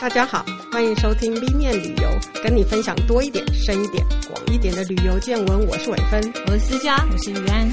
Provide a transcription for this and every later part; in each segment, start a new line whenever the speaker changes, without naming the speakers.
大家好，欢迎收听 B 面旅游，跟你分享多一点、深一点、广一点的旅游见闻。我是伟芬，
我是思佳，我是于安。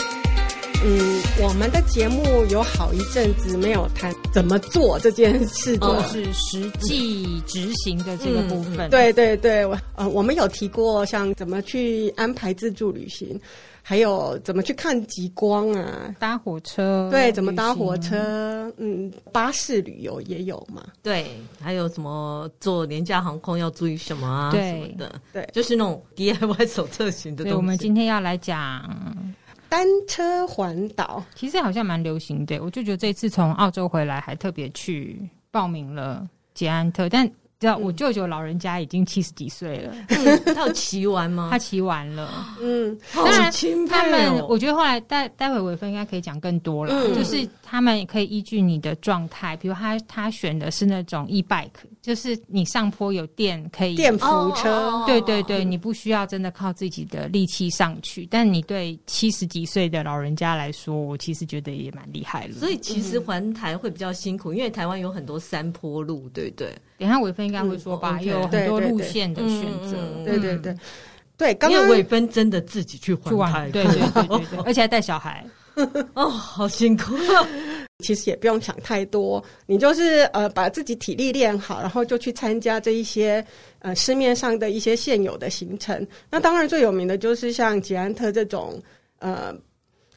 嗯，我们的节目有好一阵子没有谈怎么做这件事情，
就是实际执行的这个部
哦嗯
嗯
分。
对对对，我呃，我们有提过像怎么去安排自助旅行，还有怎么去看极光啊，
搭火
哦
车，
对，怎么搭
旅行
火？车，嗯，巴士旅游也有嘛，
对，还有什么做廉价航空要注意什么啊？
对
什么的，
对
就是那种 DIY 手册型的
对，
东西。
我们今天要来讲，
单车环岛。
其实好像蛮流行的。我就觉得这次从澳洲回来，还特别去报名了捷安特，但。知
嗯
道我舅舅老人家已经七十几岁了，
天他有骑完吗
他？骑完了。
嗯，
好
当然
钦
他
佩
们
哦，
我觉得后来待待会伟芬应该可以讲更多了，
嗯
就是他们可以依据你的状态，比如他他选的是那种 e bike，就是你上坡有电可以
电扶车，
哦
对对对，你不需要真的靠自己的力气上去，但你对七十几岁的老人家来说，我其实觉得也蛮厉害了。
所以其实环台会比较辛苦，因为台湾有很多山坡路，对不对？
等一下伟芬应该会说吧，
嗯，OK
有很多路线的选择。
嗯嗯嗯
对对对，对，刚
因
刚
为伟芬真的自己去
去
环
玩，
台，
对对对对对，而且还带小孩，
哦，好辛苦。哦
其实也不用想太多，你就是呃把自己体力练好，然后就去参加这一些呃市面上的一些现有的行程。那当然最有名的就是像捷安特这种呃。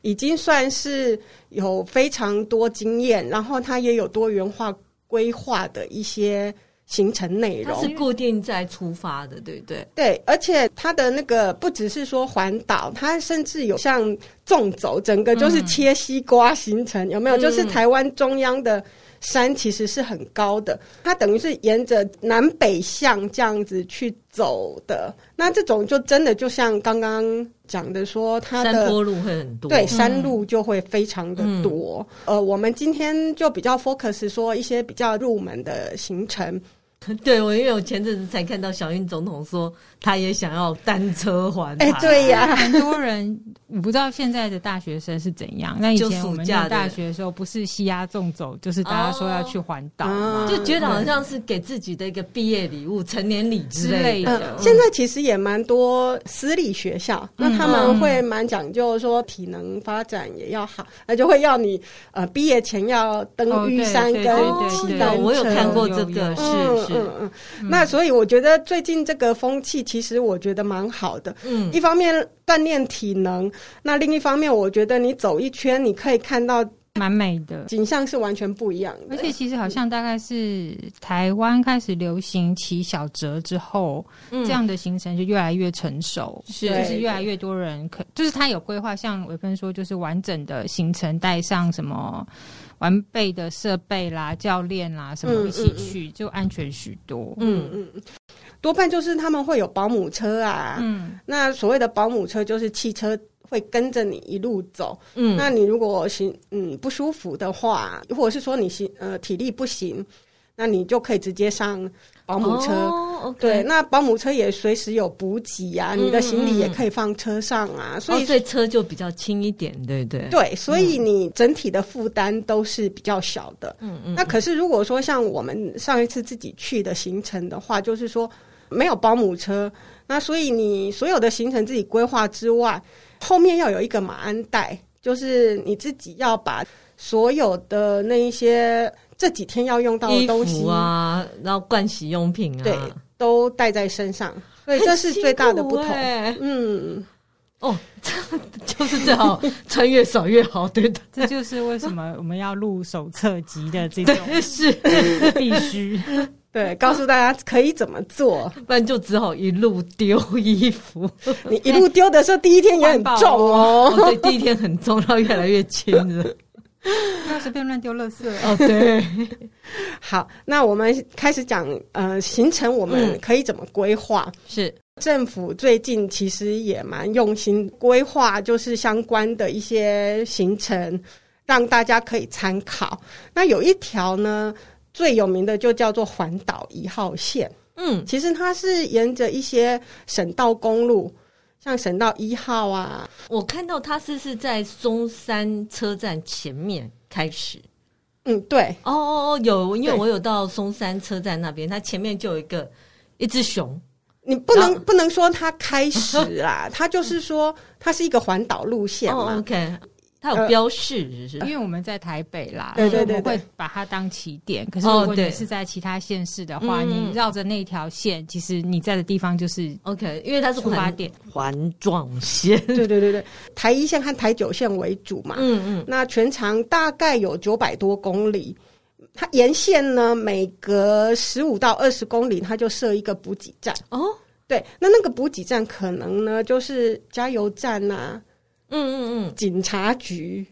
已经算是有非常多经验，然后它也有多元化规划的一些行程内
它
容。
是固定在出发的，对不对？
对，而且它的那个不只是说环岛，它甚至有像纵走，整个就是切西瓜行程，有没
嗯
有？就是台湾中央的山其实是很高的，它等于是沿着南北向这样子去走的。那这种就真的就像刚刚讲的说，它的
山坡路会很多，
对，山路就会非常的多。
嗯
呃，我们今天就比较 focus 说一些比较入门的行程。
对，我因为我前阵子才看到小英总统说，他也想要单车环台。
哎、对呀、
很多人我不知道现在的大学生是怎样。那以前我们
就暑假
念
的
大学的时候，不是西压纵走，就是大家说要去环岛嘛
哦，
就觉得好像是给自己的一个毕业礼物、成年礼之
之类
类的。
嗯，。
的
现在其实也蛮多私立学校，那他们会蛮讲究说体能发展也要好，那就会要你呃毕业前要登
哦
玉
对
山
对
跟
对
骑
对
单
对
车。
我有看过
有
这
有
个，
有
嗯嗯
是是，
嗯，那所以我觉得最近这个风气，其实我觉得蛮好的。
嗯，
一方面锻炼体能，那另一方面，我觉得你走一圈，你可以看到
蛮美的。
景象是完全不一样的。
而且其实好像大概是台湾开始流行骑小折之后，
嗯
嗯
这样的行程就越来越成熟，
是
就是越来越多人可，就是他有规划，像伟芬说，就是完整的行程带上什么完备的设备啦、教练啦什么
嗯
一起去，就安全许多。
嗯
嗯嗯，多半就是他们会有保姆车啊，
嗯，
那所谓的保姆车就是汽车会跟着你一路走。
嗯
那你如果行嗯不舒服的话，或者是说你行呃体力不行，那你就可以直接上保姆车。
哦，OK
对，那保姆车也随时有补给啊，你的行李也
嗯嗯
可以放车上啊，所
哦
以、
所以车就比较轻一点，对不对？，
对，所以你整体的负担都是比较小的。
嗯嗯，
那可是如果说像我们上一次自己去的行程的话，就是说没有保姆车，那所以你所有的行程自己规划之外，后面要有一个马鞍带，就是你自己要把所有的那一些这几天要用到的
衣
东西
服啊，然后盥洗用品啊，
对都带在身上，所以这是最大的不同。
很辛苦欸
嗯，
哦， 这就是最 好穿越少越好，对的，
这就是为什么我们要录手册集的 这种
是，
必须。
对，告诉大家可以怎么做。
不然就只好一路丢衣服。
你一路丢的时候，第一天也很重
哦，
哦。
对，第一天很重，然后越来越轻了。
不要随便乱丢垃圾。
哦，对，
好，那我们开始讲呃行程，我们
嗯
可以怎么规划？
是，
政府最近其实也蛮用心规划，就是相关的一些行程，让大家可以参考。那有一条呢，最有名的就叫做环岛一号线。
嗯，
其实它是沿着一些省道公路，像省道一号啊，
我看到他是是在松山车站前面开始，
嗯，对，
哦哦哦，有，因为
对
我有到松山车站那边，它前面就有一个一只熊，
你不能、
啊
不能说它开始 啦，它就是说它是一个环岛路线嘛。
哦，OK，它有标示，是不是
因为我们在台北啦，
对
所以
对
我们
对对
会把它当起点。可是
哦
如果你
对
是在其他县市的话，
嗯
你绕着那条线，其实你在的地方就是。
呃
OK，因为它是
出发
环
点，
环状线，
对对对对，台一线和台九线为主嘛。
嗯嗯，
那全长大概有九百多公里。它沿线呢，每隔十五到二十公里，它就设一个补给站。
哦，
对，那那个补给站可能呢，就是加油站啊、
嗯嗯嗯
警察局，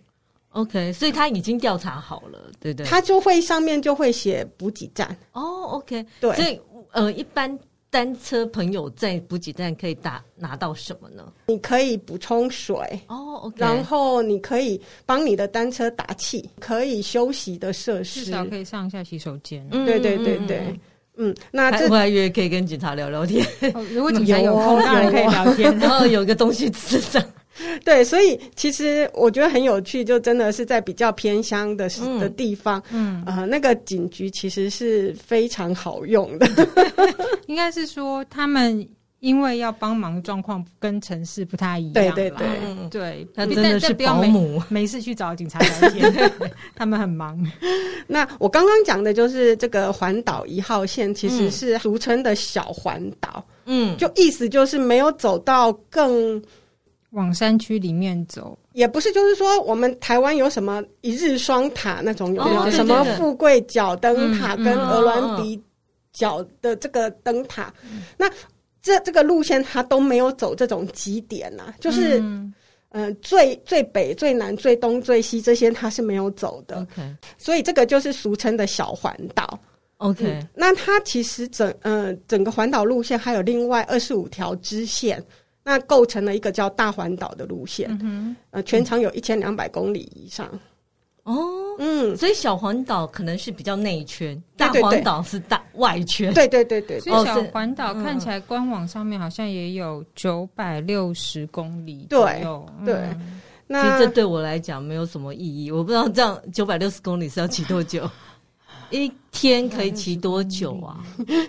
，OK，所以他已经调查好了，对不对？
它就会上面就会写补给站。
哦，OK，
对
所以呃，一般单车朋友在补给站可以打拿到什么呢？
你可以补充水，
哦，OK，
然后你可以帮你的单车打气，可以休息的设
至
施。
少可以上一下洗手间。
嗯
对对对
嗯嗯
对
嗯，
嗯，那
还
这
我还以为可以跟警察聊聊天，
哦如果警察有
有
空，
哦
当然可以聊天。
然后有个东西吃 这样。
对，所以其实我觉得很有趣，就真的是在比较偏乡的、
嗯
的地方，
嗯，
呃，那个警局其实是非常好用的。
应该是说他们因为要帮忙，状况跟城市不太一样
对
啦。
对对
嗯
对，
他
但
真的
但
是
不要
保姆
没没事去找警察聊天， 他们很忙。
那我刚刚讲的就是这个环岛一号线，其实是俗称的小环岛，
嗯，
就意思就是没有走到更。
往山区里面走，
也不是，就是说我们台湾有什么一日双塔那种，有没有、
哦对
什么
对对
富贵角灯塔
嗯
跟
嗯
鹅銮鼻角的这个灯塔？
嗯
那这这个路线它都没有走这种极点呐、就是
嗯
嗯、呃最最北、最南、最东、最西这些它是没有走
嗯
的，
OK
所以这个就是俗称的小环岛。嗯
OK，
那它其实整呃整个环岛路线还有另外二十五条支线，那构成了一个叫大环岛的路线。
嗯
呃，全长有一千两百公里以上。
哦，
嗯，
所以小环岛可能是比较内圈，
对
大
对对
环岛是大外圈。
对对对对对
哼，所以小
哦是
环岛看起来官网上面好像也有九百六十公里
对
左右，嗯
对
其实
那
这对我来讲没有什么意义，我不知道这样九百六十公里是要骑 多久，一天可以骑多久啊？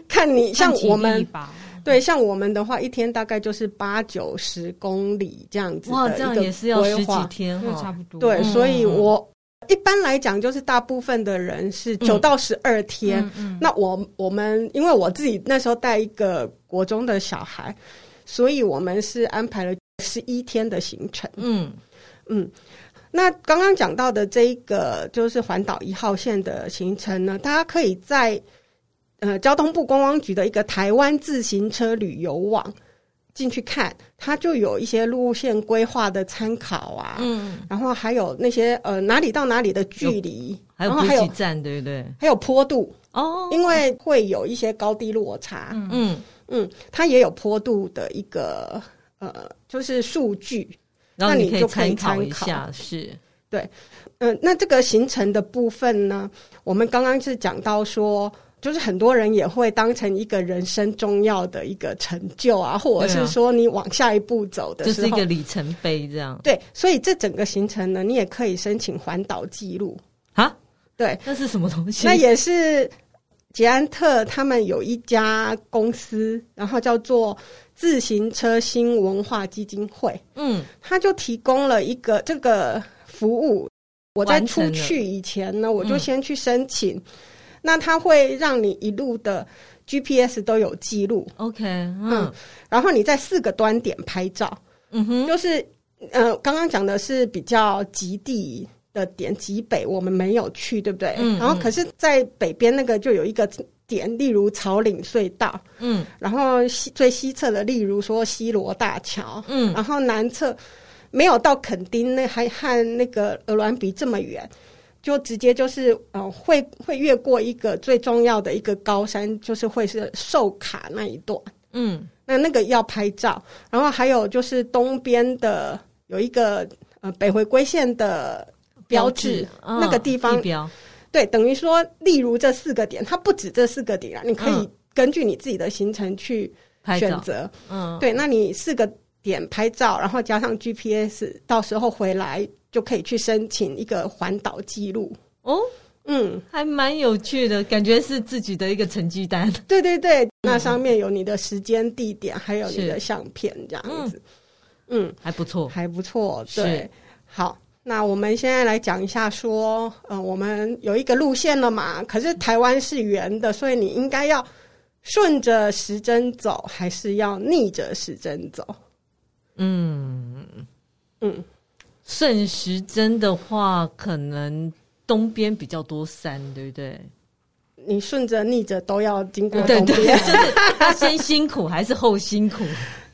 看你像
看体
我
力
们
吧，
对像我们的话，一天大概就是八九十公里这样子
哇，
的
这
一
样
个
也是要
规
十几
划。
天
就差
哈。
不多。
对，
嗯嗯
所以我一般来讲，就是大部分的人是九到十二天。
嗯嗯
那我我们因为我自己那时候带一个国中的小孩，所以我们是安排了十一天的行程。
嗯，
嗯，那刚刚讲到的这一个就是环岛一号线的行程呢，大家可以在呃交通部观光局的一个台湾自行车旅游网进去看，它就有一些路线规划的参考啊，
嗯，
然后还有那些呃哪里到哪里的距离，
还
然
有
后
补
还
给
有
站，对不对？
还有坡度，
哦，
因为会有一些高低落差，嗯
嗯，
它也有坡度的一个呃就是数据，
然后
那
你
你
可以
就可以
参考
参
一
考
下，是，
嗯，那这个行程的部分呢，我们刚刚是讲到说，就是很多人也会当成一个人生重要的一个成就啊，或者
对啊
是说你往下一步走的
就
时候，
是一个里程碑这样
对，所以这整个行程呢，你也可以申请环岛记录，
啊。
对，
那是什么东西？
那也是捷安特他们有一家公司，然后叫做自行车新文化基金会，
嗯，
他就提供了一个这个服务。我在
完成
出
了嗯
去以前呢，我就先去申请，那他会让你一路的 GPS 都有记录，
OK，嗯
然后你在四个端点拍照，
嗯哼，
就是呃，刚刚讲的是比较极地。的点极北我们没有去，对不对？
嗯
然后
嗯
可是，在北边那个就有一个点，例如草岭隧道，
嗯
然后西最西侧的，例如说西罗大桥，
嗯
然后南侧没有到垦丁那还和那个鹅銮鼻这么远，就直接就是呃会会越过一个最重要的一个高山，就是会是寿卡那一段，
嗯，
那那个要拍照，然后还有就是东边的有一个呃北回归线的。标志
嗯
那个地方
地标，
对，等于说，例如这四个点，它不止这四个点啊，你可以
嗯
根据你自己的行程去
拍
选
照，
择。
嗯，
对，那你四个点拍照，然后加上 GPS，到时候回来就可以去申请一个环岛记录。
哦，
嗯，
还蛮有趣的，感觉是自己的一个成绩单。
对对对，那上面有你的时间、地点，还有你的
是
相片这样子。嗯，
还不错。
还不错。
是
对，好，那我们现在来讲一下说，呃，我们有一个路线了嘛，可是台湾是圆的，所以你应该要顺着时针走，还是要逆着时针走？
嗯，
嗯，
顺时针的话，可能东边比较多山，对不对？
你顺着逆着都要经过
嗯对
东
对，
边。
就是他先辛苦还是后辛苦？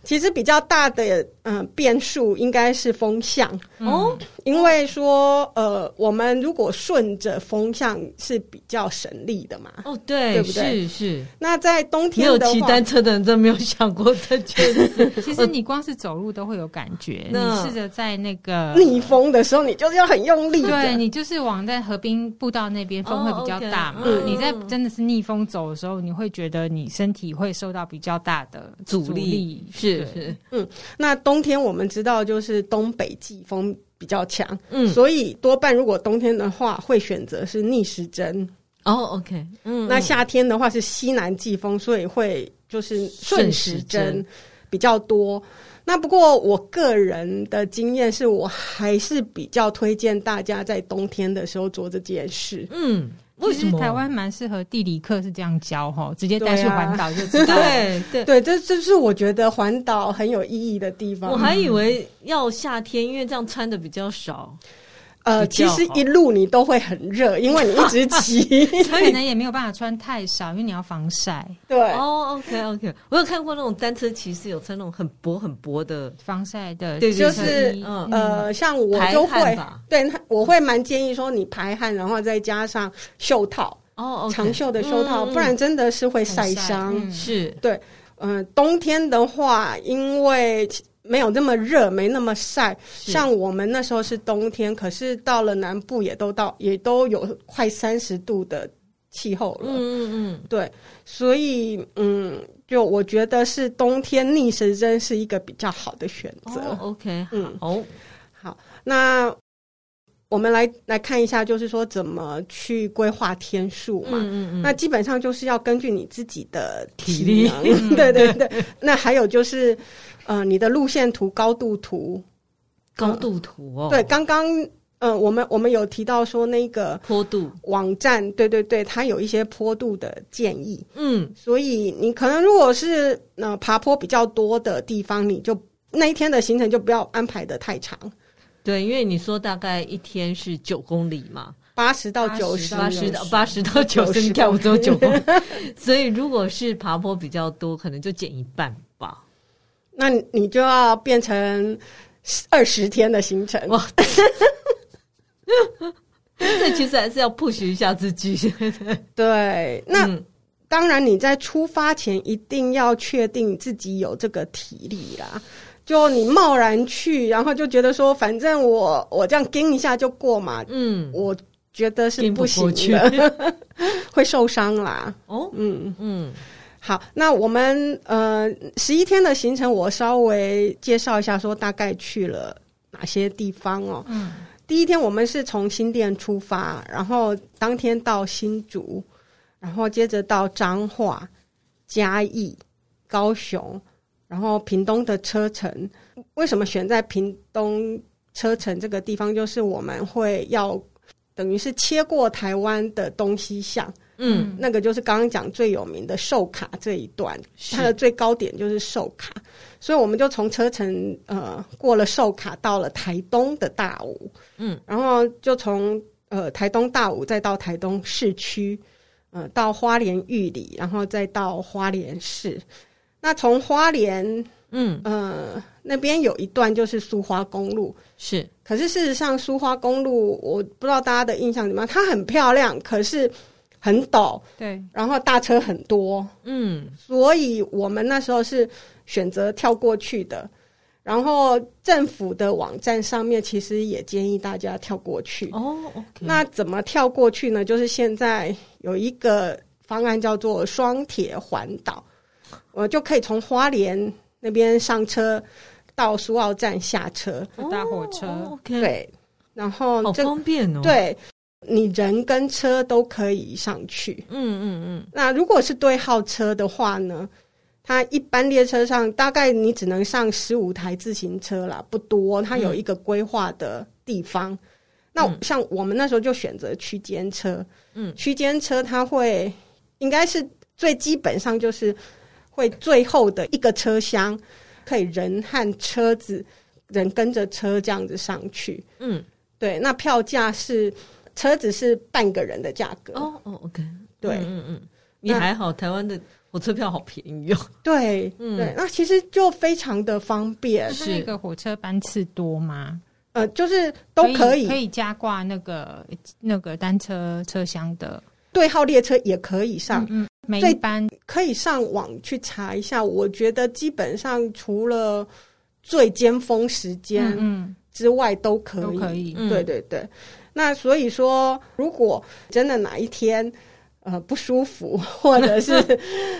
其实比较大的嗯、呃变数应该是风向，
哦，
因为说呃，我们如果顺着风向是比较省力的嘛。
哦，
对
对，
不对
是是。
那在冬
没
天
有
的话，
骑单车的人真没有想过这 件事。
其实你光是走路都会有感觉，你
那
试着在那个
逆风的时候，你就是要很用力的。
对你就是往在河滨步道那边，风会比较大嘛。
哦，OK，嗯
你在真的是逆风走的时候，你会觉得你身体会受到比较大的
阻
力
力
对
是是，
那冬天我们知道就是东北季风比较强，
嗯，
所以多半如果冬天的话，会选择是逆时针。
哦，OK，嗯，
那夏天的话是西南季风，所以会就是顺时
顺时
针
针
比较多。那不过我个人的经验是我还是比较推荐大家在冬天的时候做这件事。
嗯，为什
其实
么
台湾蛮适合地理课是这样教哈，直接带
对
去
啊
环岛就 知道了。
对对？
对，这这是我觉得环岛很有意义的地方。
我还以为要夏天，因为这样穿的比较少，
呃，
比
其
较
实
好
一路你都会很热，因为你一直 骑。
可能也没有办法穿太少，因为你要防晒，
对，
哦、o k OK，我有看过那种单车骑士有穿那种很薄很薄的，
防晒的
对
就
救生
是
衣
嗯
呃，像我
排
就
汗
会
吧
对，那我会蛮建议说你排汗，然后再加上袖套，
哦、o
长袖的袖套，
嗯嗯
不然真的是会晒
很
伤。
嗯
是
嗯、冬天的话，因为没有那么热，没那么晒，
是
像我们那时候是冬天，可是到了南部也都到也都有快三十度的气候了。
嗯嗯
对，所以嗯，就我觉得是冬天逆时针是一个比较好的选
嗯，
择。
哦、o k
嗯。
好，
好，那我们来来看一下，就是说怎么去规划天数嘛。
嗯
那基本上就是要根据你自己的
体
力
力， 嗯
对对对。那还有就是，呃，你的路线图、高度图，
高度图
嗯
哦，
对，，刚刚呃，我们我们有提到说那个
坡度，
网站，对对对，它有一些坡度的建议，
嗯，
所以你可能如果是呃爬坡比较多的地方，你就那一天的行程就不要安排的太长，
对，因为你说大概一天是九公里嘛，
八十到
80
九十，
八十
90
到八十到九十，你看我只有九公里，所以如果是爬坡比较多，可能就减一半吧。
那你就要变成二十天的行程。
哇 这其实还是要 push 一下自己。
对， 那、
嗯
当然你在出发前一定要确定自己有这个体力啦。就你贸然去，然后就觉得说，反正我我这样跟一下就过嘛，
嗯，
我觉得是
跟不
行
过去
的， 会受伤啦。
哦，
嗯，
嗯，
好，那我们呃十一天的行程，我稍微介绍一下，说大概去了哪些地方哦。
嗯，
第一天我们是从新店出发，然后当天到新竹，然后接着到彰化、嘉义、高雄，然后屏东的车城。为什么选在屏东车城这个地方？就是我们会要等于是切过台湾的东西向，
嗯，
那个就是刚刚讲最有名的寿卡这一段，
是
它的最高点就是寿卡，所以我们就从车城呃过了寿卡，到了台东的大武，
嗯，
然后就从呃台东大武再到台东市区，呃到花莲玉里，然后再到花莲市。那从花莲
嗯，
呃那边有一段就是苏花公路，
是
可是事实上苏花公路我不知道大家的印象怎么样，它很漂亮，可是很陡。
对，
然后大车很多，
嗯，
所以我们那时候是选择跳过去的。然后政府的网站上面其实也建议大家跳过去。
哦，OK，
那怎么跳过去呢？就是现在有一个方案叫做双铁环岛，我就可以从花莲那边上车到苏澳站下车。
搭火车
哦，OK，，
对，然后
好
这
方便哦。，
对，你人跟车都可以上去。
嗯嗯
那如果是对号车的话呢，它一般列车上大概你只能上十五台自行车啦，不多。它有一个规划的地方。那像我们那时候就选择区间车，
嗯，
区间车它会应该是最基本上就是会最后的一个车厢可以人和车子人跟着车这样子上去。
嗯
对，那票价是车子是半个人的价格。
嗯，哦哦，OK，
对、
嗯嗯嗯，也还好，台湾的火车票好便宜哦。
对、
嗯
对，那其实就非常的方便
那，它那个火车班次多吗？
呃，就是都
可
可
以
以，
可以加挂那个那个单车车厢的
对号列车也可以上，
嗯，嗯每
最
一班
可以上网去查一下。我觉得基本上除了最尖峰时间
嗯
之外都可
嗯都
以，
可以，
嗯
对对对。那所以说，如果真的哪一天呃不舒服，或者 是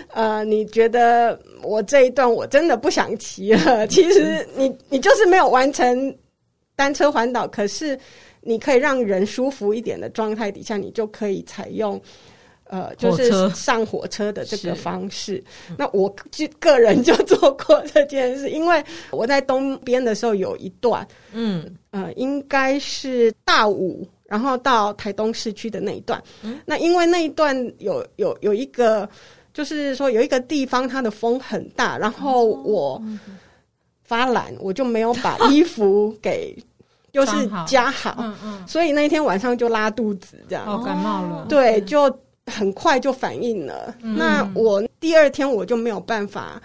呃你觉得我这一段我真的不想骑了，其
嗯
实你你就是没有完成单车环岛，可是你可以让人舒服一点的状态底下，你就可以采用。呃，就
火车
是上火车的这个
是嗯
方式。那我个个人就做过这件事，因为我在东边的时候有一段，
嗯
呃，应该是大武，然后到台东市区的那一段。
嗯
那因为那一段有有有一个，就是说有一个地方它的风很大，然后
哦
我发懒，我就没有 把衣服给就是
穿好
加好，
嗯嗯，
所以那一天晚上就拉肚子这样。
哦，感冒了，
对，就很快就反应了。
嗯
那我第二天我就没有办法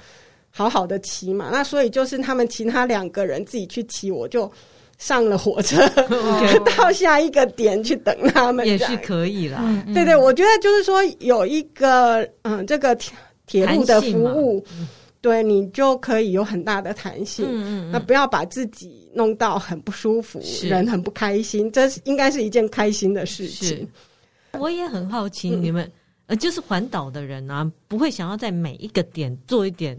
好好的骑嘛，那所以就是他们其他两个人自己去骑，我就上了火 车
OK
到下一个点去等他们。
嗯也
这
是
样
可以啦。
嗯，嗯
对对，我觉得就是说有一个嗯，这个铁铁路的服务，对你就可以有很大的弹性。
嗯
那不要把自己弄到很不舒服，
是
人很不开心，这是应该是一件开心的事情
是。，我也很好奇
嗯
你们、呃，就是环岛的人啊，不会想要在每一个点做一点，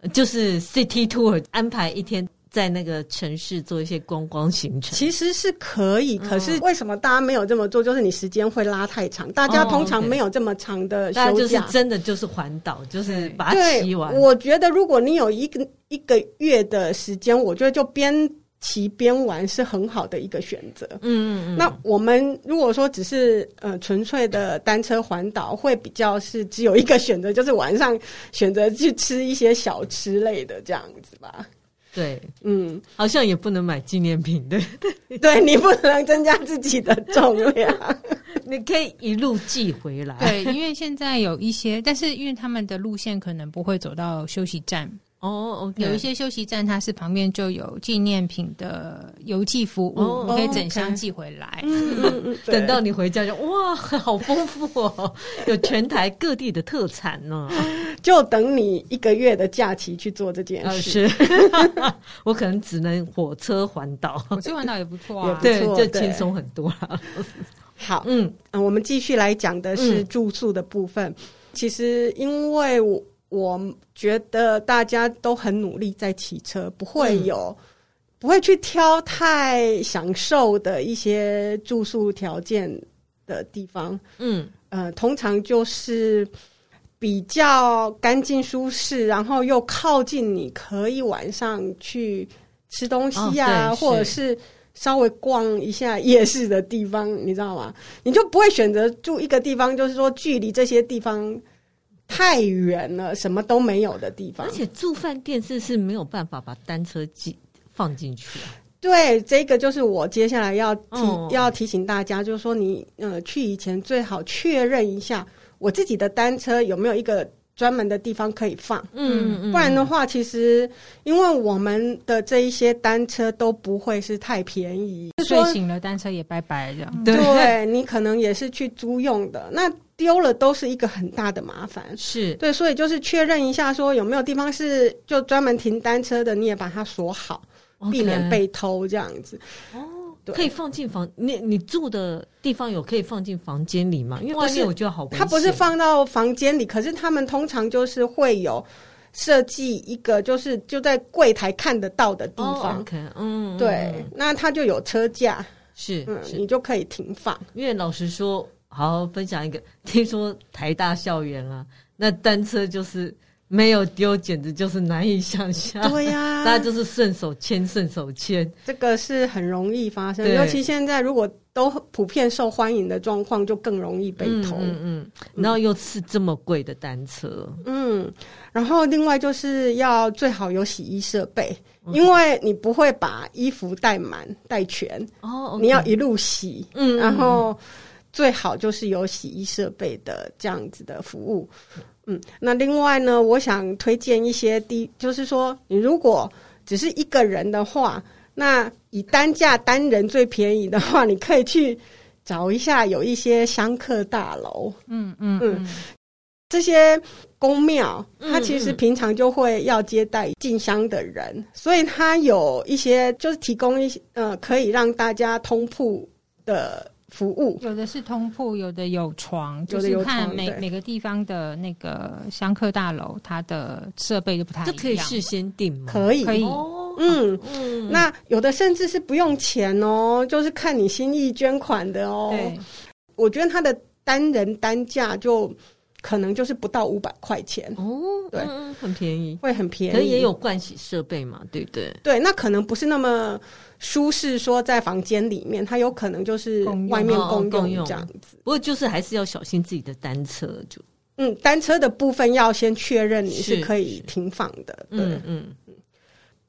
呃就是 city tour 安排一天在那个城市做一些观光行程。
其实是可以，
嗯
可是为什么大家没有这么做？就是你时间会拉太长，大家
哦
通常
OK
没有这么长的
大家
休
就是
假。
真的就是环岛，就是把它
对
骑，完。
我觉得如果你有一个一个月的时间，我觉得就边骑边玩是很好的一个选择。
嗯嗯嗯，
那我们如果说只是呃纯粹的单车环岛，会比较是只有一个选择，就是晚上选择去吃一些小吃类的这样子吧。
对，
嗯，
好像也不能买纪念品 对，
对你不能增加自己的重量。
你可以一路寄回 来。
对，因为现在有一些，但是因为他们的路线可能不会走到休息站，
哦，OK，
有一些休息站它是旁边就有纪念品的邮寄服务，
哦
你可以整
OK
箱寄回来。
嗯嗯嗯， 对
等到你回家就哇，好丰富哦，有全台各地的特产哦呢、
就等你一个月的假期去做这件
啊，
事。
是， 我可能只能火车环岛，
我吃环岛也不错啊，
也
对
不错，
这
对
轻松很多啦。
好，
嗯，
嗯，我们继续来讲的是
嗯
住宿的部分。其实，因为我我觉得大家都很努力在骑车，不会
嗯
有、不会去挑太享受的一些住宿条件的地方。
嗯，
呃，通常就是比较干净舒适，然后又靠近你可以晚上去吃东西呀、
哦对
或者是稍微逛一下夜市的地方，你知道吗？你就不会选择住一个地方，就是说距离这些地方太远了，什么都没有的地方
而。且住饭店是是没有办法把单车进放进去啊。
对，这个就是我接下来要提、
哦
要提醒大家，就是说你呃去以前最好确认一下我自己的单车有没有一个专门的地方可以放，
嗯
嗯
不然的话，其实因为我们的这一些单车都不会是太便宜，就是
睡
说
醒了单车也拜拜这样。
对
对你可能也是去租用的，那丢了都是一个很大的麻烦。
是
对，所以 就是确认一下，说有没有地方是就专门停单车的，你也把它锁好，避免
OK
被偷这样子。
哦，
对
可以放进房你你住的地方有可以放进房间里吗？因为
不
外
是
面我觉得好危险，
它不是放到房间里，可是他们通常就是会有设计一个，就是就在柜台看得到的地
哦
方。
OK，嗯，嗯
对，那它就有车架，
是
嗯，
是，
你就可以停 放。
因为老实说，好分享一个，听说台大校园啊，那单车就是没有丢，简直就是难以想象。
对啊呀、
大家就是顺手牵，顺手牵，
这个是很容易发生，
对
尤其现在如果都普遍受欢迎的状况，就更容易被偷。
嗯嗯嗯，然后又是这么贵的单车，
嗯，然后另外就是要最好有洗衣设备，
嗯
因为你不会把衣服带满带全，
哦
你要一路洗，
嗯
然后最好就是有洗衣设备的这样子的服务。嗯，那另外呢，我想推荐一些低，就是说你如果只是一个人的话，那以单价单人最便宜的话，你可以去找一下有一些商客大楼，
嗯嗯
嗯
嗯，
这些宫庙，
嗯
它其实平常就会要接待进香的人，所以它有一些就是提供一些呃可以让大家通铺的服务。
有的是通铺，有的有床，
有
就
的有
是
床
看每
对
每个地方的那个香客大楼，它的设备就不太一
这
样。
可以事先定吗？
可以，
可以
哦，
嗯，
嗯
那有的甚至是不用钱哦，就是看你心意捐款的哦。
对，
我觉得它的单人单价就可能就是不到五百块钱，
哦，
对
嗯，嗯很便宜，
会很便宜。
可是也有盥洗设备嘛，对不对？
对，那可能不是那么舒适，说在房间里面，它有可能就是
公用
外面
哦
公
公
用
用
这样
不过就是还是要小心自己的单车，就
嗯，单车的部分要先确认你是
是
可以
是
停放的。对，
嗯嗯，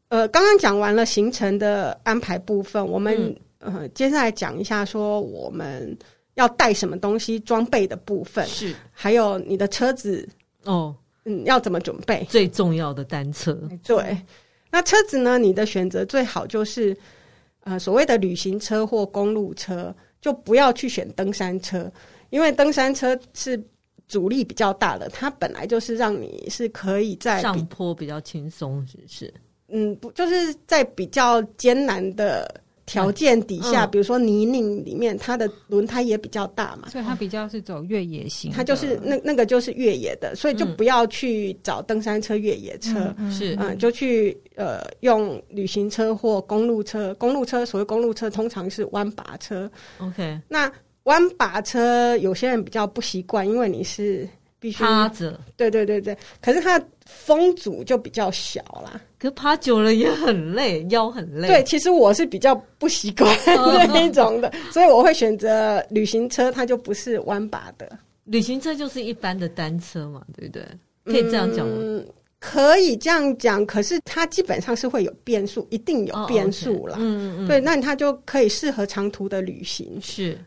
呃，刚刚讲完了行程的安排部分，我们、
嗯
呃接下来讲一下说我们要带什么东西、装备的部分，
是
还有你的车子，
哦，
嗯，要怎么准备？
最重要的单车，
没错
对，那车子呢？你的选择最好就是呃所谓的旅行车或公路车，就不要去选登山车，因为登山车是。阻力比较大的，它本来就是让你是可以在比
上坡比较轻松，是不是？
嗯，不就是在比较艰难的条件底下，
嗯嗯
比如说泥泞里面，它的轮胎也比较大嘛，
所以它比较是走越野型的，
它就是那那个就是越野的，所以就
嗯
不要去找登山车、越野车。
嗯嗯
是
嗯，就去呃用旅行车或公路车。公路车所谓公路车通常是弯把车，
OK，
嗯
那弯把车有些人比较不习惯，因为你是必须
趴着，
对对对对，可是它的风阻就比较小啦。
可趴久了也很累，腰很累。
对，，其实我是比较不习惯 那一种
哦
的，所以我会选择旅行车，它就不是弯把的。
旅行车就是一般的单车嘛，对不对？可以这样讲吗？
嗯，可以这样讲，可是它基本上是会有变数，一定有
哦
变
OK
数啦。
嗯嗯嗯，
对，，那它就可以适合长途的旅行。
是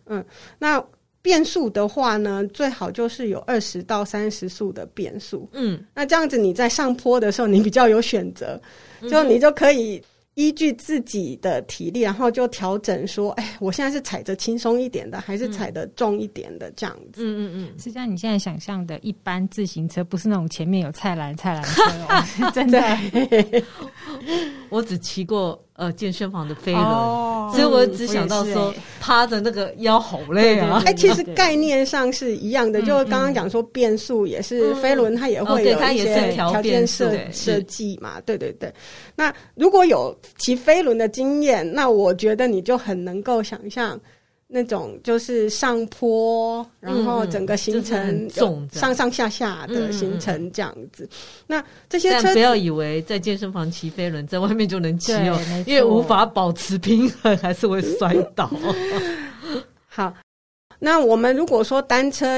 那变速的话呢，最好就是有二十到三十速的变速。
嗯，
那这样子你在上坡的时候，你比较有选择，就你就可以依据自己的体力，然后就调整说，哎，我现在是踩着轻松一点的，还是踩的重一点的这样子。
嗯嗯嗯，
是像你现在想象的，一般自行车不是那种前面有菜篮菜篮车哦，是真的
嗯我只骑过呃健身房的飞轮，
哦
所以我只想到
我
说
也是欸
趴着那个腰好累啊。
哎，其实
对
概念上是一样的，
嗯
就是刚刚讲说变速也是
嗯
飞轮，它也
哦
会
对
有
它
一
也
些
是调
条件
变速
设
对是
设计嘛，对对对。那如果有骑飞轮的经验，那我觉得你就很能够想象那种就是上坡，然后整个行
就是很
程
重这
上
样
上下下的行
嗯
程这样子。那这些车
但不要以为在健身房骑飞轮，在外面就能骑哦
对没，错
因为无法保持平衡，还是会摔倒。
好，那我们如果说单车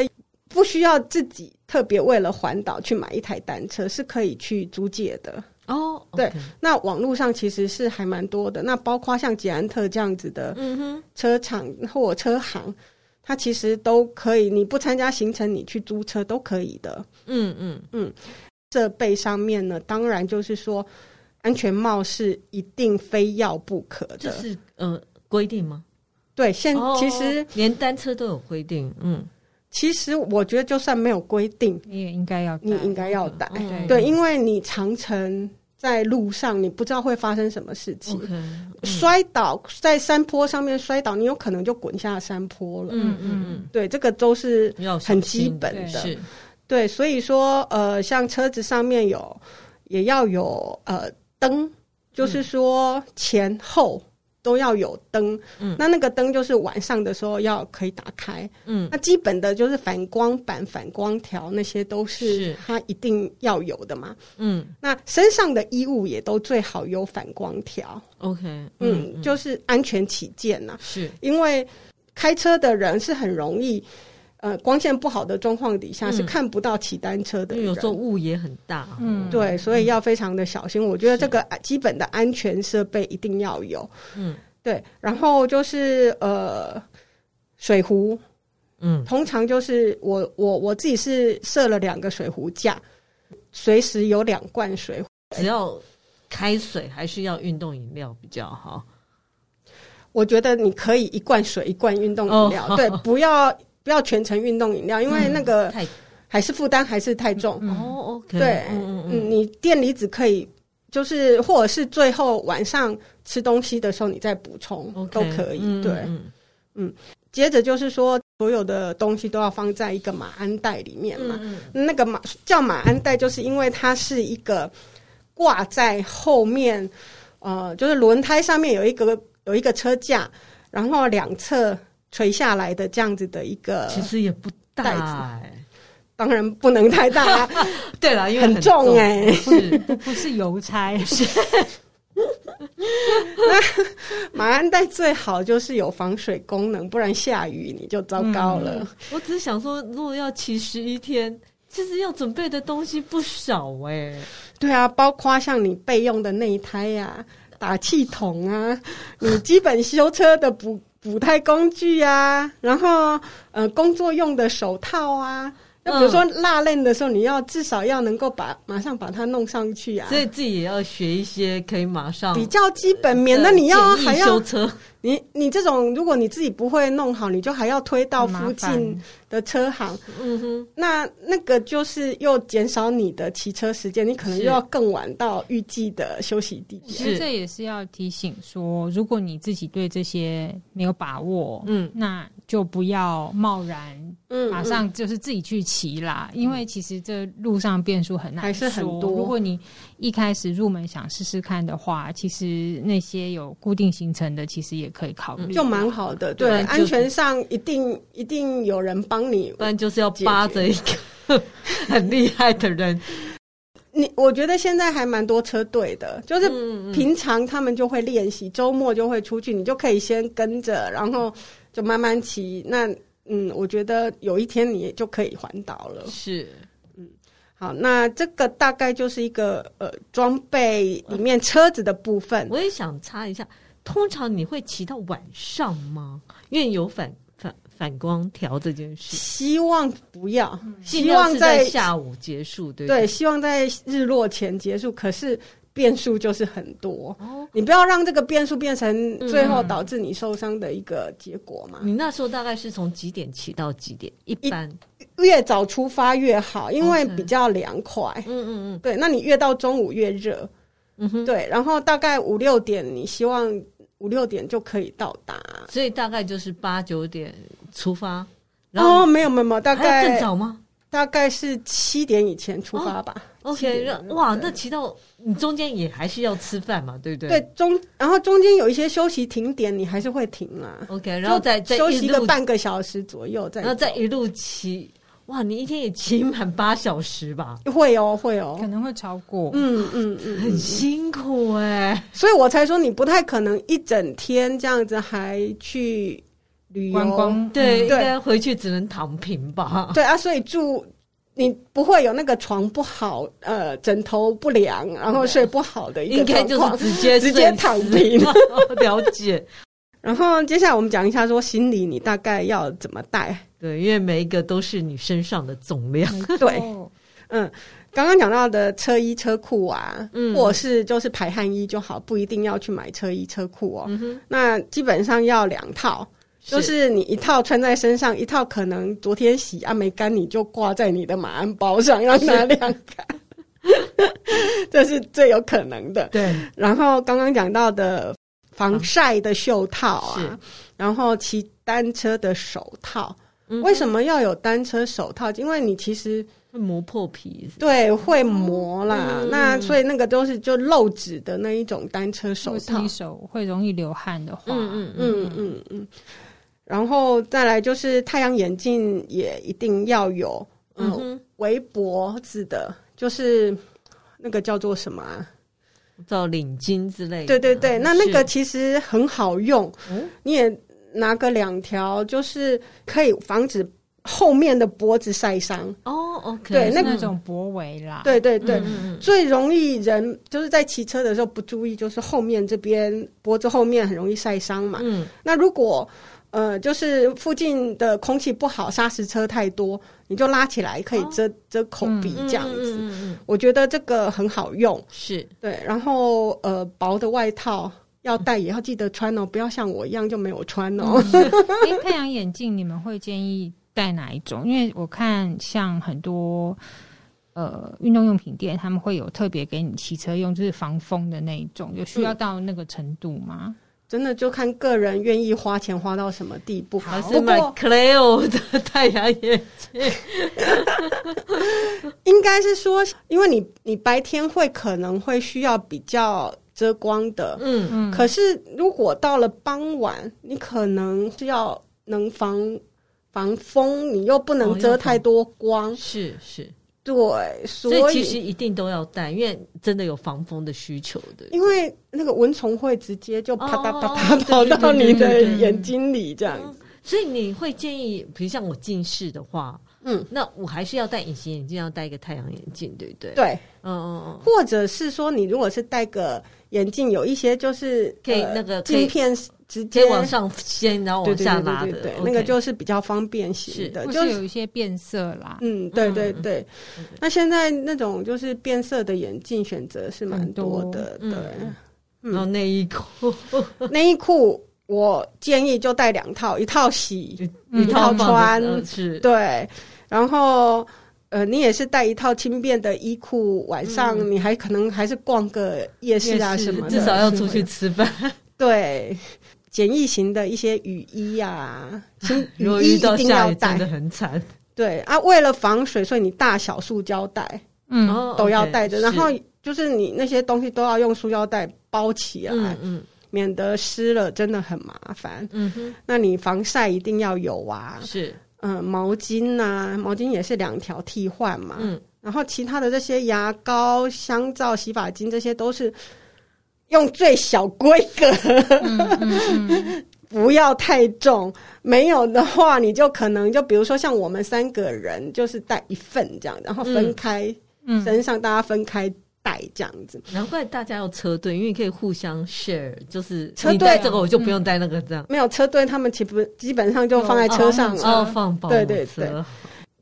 不需要自己特别为了环岛去买一台单车，是可以去租借的。
哦，
对
OK，
那网络上其实是还蛮多的，那包括像捷安特这样子的
嗯哼，
车厂或车行，它其实都可以，你不参加行程，你去租车都可以的。
嗯嗯，
设备上面呢，当然就是说，安全帽是一定非要不可
这
的。
是呃规定吗？
对，现
哦
其实
连单车都有规定，嗯，
其实我觉得，就算没有规定，
你也应该要
你
带
应该要戴。
嗯
对，因为你长城在路上，你不知道会发生什么事情。
OK，嗯
摔倒在山坡上面摔倒，你有可能就滚下山坡了。
嗯嗯
对，这个都是
嗯，要小
很
心
基本
对
的。
是
对，所以说呃，像车子上面有也要有呃灯，就是说前后。都要有灯。
嗯
那那个灯就是晚上的时候要可以打开。
嗯
那基本的就是反光板、反光条那些都是
是
它一定要有的嘛。
嗯
那身上的衣物也都最好有反光条，
，OK，
嗯，就是安全起见呐、
是
因为开车的人是很容易，呃，光线不好的状况底下
嗯
是看不到骑单车的
因
人，
为有时候雾也很大，
嗯
对，所以要非常的小心。我觉得
是
这个基本的安全设备一定要有，
嗯
对。然后就是呃，水壶，
嗯
通常就是我我我自己是设了两个水壶架，随时有两罐水壶。
只要开水还是要运动饮料比较好。
我觉得你可以一罐水一罐运动饮料，
哦
对，不要不要全程运动饮料，因为那个
太
还是负担还是太重。
哦，OK，
对，
嗯嗯
嗯，你电离子可以，就是或者是最后晚上吃东西的时候你再补充
嗯，
都可以。对，
嗯
接着就是说，所有的东西都要放在一个马鞍袋里面嘛。
嗯
那个马叫马鞍袋，就是因为它是一个挂在后面，呃，就是轮胎上面有一个有一个车架，然后两侧垂下来的这样子的一个，
其实也不
袋
大
子
哎。
当然不能太大啊、
对了，因为
很重哎、
是
不不是邮差，
马鞍袋最好就是有防水功能，不然下雨你就糟糕了。
我只是想说，如果要骑十一天，其实要准备的东西不少哎、
对啊，包括像你备用的内胎呀、打气筒啊，你基本修车的补补胎工具啊，然后呃工作用的手套啊。那比如说拉链的时候，你要至少要能够把马上把它弄上去啊
所，以自己也要学一些可以马上
比较基本，免得
呃
你要
简易
还
修
要
车，
你你这种，如果你自己不会弄好，你就还要推到附近的车行，
嗯哼，
那那个就是又减少你的骑车时间，你可能
是
又要更晚到预计的休息地点。
其实这也是要提醒说，如果你自己对这些没有把握，
嗯
那就不要贸然
嗯
马上就是自己去骑啦，因为其实这路上变数很难说，
还是很多
如果你一开始入门想试试看的话，其实那些有固定行程的，其实也可以考虑，
就蛮好的，
对
对，
就
安全上一定一定有人帮你
不。然就是要扒着一个很厉害的人，
你我觉得现在还蛮多车队的，就是
嗯
平常他们就会练习，周末就会出去，你就可以先跟着，然后就慢慢骑。那嗯，我觉得有一天你也就可以环岛了。
是
好，那这个大概就是一个呃装备里面车子的部分。
我也想插一下，通常你会骑到晚上吗？因为有反反反光条这件事，
希望不要，
尽
希
量
望
嗯是在下午结束，对不
对，
对？
希望在日落前结束。可是变数就是很多，
哦，
你不要让这个变数变成最后导致你受伤的一个结果嘛。
你那时候大概是从几点骑到几点？一
一
般，
越早出发越好，因为
OK
比较凉快。
嗯嗯嗯
对，那你越到中午越热，
嗯哼，
对，然后大概五六点，你希望五六点就可以到达。
所以大概就是八九点出发，然后
哦，没有没有没有，大
还要更
概
早吗
大概是七点以前出发吧。
哦？OK，
点
那哇，
对
那骑到你中间也还是要吃饭嘛，对不对？
对，中然后中间有一些休息停点，你还是会停啊。
，OK，然后再再
休
一
息个
路，
半个小时左右再
然
走，
后再一路骑，哇，你一天也骑满八小时吧？
会哦，会哦
可，能会超过。
嗯嗯嗯，
很辛苦哎、
所以我才说你不太可能一整天这样子还去旅游，
观光嗯
对，应
嗯对
该回去只能躺平吧。
对啊，所以住你不会有那个床不好，呃，枕头不良，然后睡不好的一
啊应
个
该
状
就是
况。
直接
直接
睡死
躺平。
了解，
然后接下来我们讲一下说心理你大概要怎么带。
对，因为每一个都是你身上的总量。
没错
对嗯，刚刚讲到的车衣车裤啊，
嗯
或者是就是排汗衣就好，不一定要去买车衣车裤哦。
嗯
那基本上要两套，就是你一套穿在身上，一套可能昨天洗啊没干，你就挂在你的马鞍包上让它晾干， 这是最有可能的。
对，
然后刚刚讲到的防晒的袖套
是
啊，然后骑单车的手套，
嗯
为什么要有单车手套？因为你其实
会磨破皮？
对会磨啦，
嗯
那所以那个都是就漏指的那一种单车手
如果
套
是你。手会容易流汗的话，
嗯嗯
嗯嗯嗯，然后再来就是太阳眼镜也一定要有，
嗯
嗯，
哼，
围脖子的，就是那个叫做什么、啊？
嗯造领巾之类的。
对对对，那那个
是
其实很好用，
嗯
你也拿个两条，就是可以防止后面的脖子晒伤。
哦，OK，
对
那
哎那
那种脖围啦，
对对对，
啊嗯嗯
最容易人就是在骑车的时候不注意，就是后面这边脖子后面很容易晒伤嘛。
嗯
那如果呃，就是附近的空气不好，砂石车太多，你就拉起来可以遮、遮口鼻
哦嗯
这样子。
嗯嗯嗯嗯
我觉得这个很好用，
是
对。然后呃，薄的外套要戴，也要记得穿哦，不要像我一样就没有穿哦。
嗯
因哎为太阳眼镜，你们会建议戴哪一种？因为我看像很多呃运动用品店，他们会有特别给你骑车用，就是防风的那一种，有
嗯
需要到那个程度吗？
真的就看个人愿意花钱花到什么地步。
还
不
是买
过
Cleo 的 太阳眼
应该是说，因为你你白天会可能会需要比较遮光的，
嗯
嗯，
可是如果到了傍晚，你可能是要能防防风，你又不
哦
能
要
遮
防
太多光，
是是，
对，
哦所
所以
以其实一定都要戴，因为真的有防风的需求的。
因为那个蚊虫会直接就啪嗒
哦
啪嗒跑
对对
到
对
你
对
的
对对
眼睛里这
哦
样子，
所以你会建议，比如像我近视的话，
嗯，
那我还是要戴隐形眼镜，要戴一个太阳眼镜，对不对？，
对，
嗯嗯
或者是说你如果是戴个眼镜，有一些就是
可以
呃
那个可以
镜片直
嗯，可以
接
往上掀，然后
对
往
对
下
对
拉
对
的
对对，
OK
那个就是比较方便型的，
或
呃就是
有一些变色啦，
嗯，对对
嗯
对。那现在那种就是变色的眼镜选择是蛮多的，
很多
对
嗯。然后内衣裤
内衣裤我建议就带两套，一套洗，
嗯
一套
一套穿
放着是，
对，然后。呃，你也是带一套轻便的衣裤，晚上你还可能还是逛个夜市啊
夜市
什么的，
嗯至少要出去吃饭。
对简易型的一些雨衣 啊，轻
如果
雨衣
遇
一
到
定要
下雨，真
带
的，很惨，
对啊，为了防水，所以你大小塑胶袋，
嗯，
哦
都要
OK，
带着，
是
然后就是你那些东西都要用塑胶袋包起来，
嗯嗯
免得湿了真的很麻烦。
嗯哼，
那你防晒一定要有啊，
是，
嗯、毛巾呐、毛巾也是两条替换嘛，
嗯
然后其他的这些牙膏、香皂、洗发精，这些都是用最小规格，
嗯
不要太重。没有的话，你就可能就比如说像我们三个人，就是带一份这样，然后分
嗯
开、
嗯
身上大家分开带这样子。
难怪大家要车队，因为可以互相 share，就是
车队
你带这个，我就不用带那个，这样
没有车队，他们基本基本上就放在车上了。
哦，放保姆
嗯对对
车
对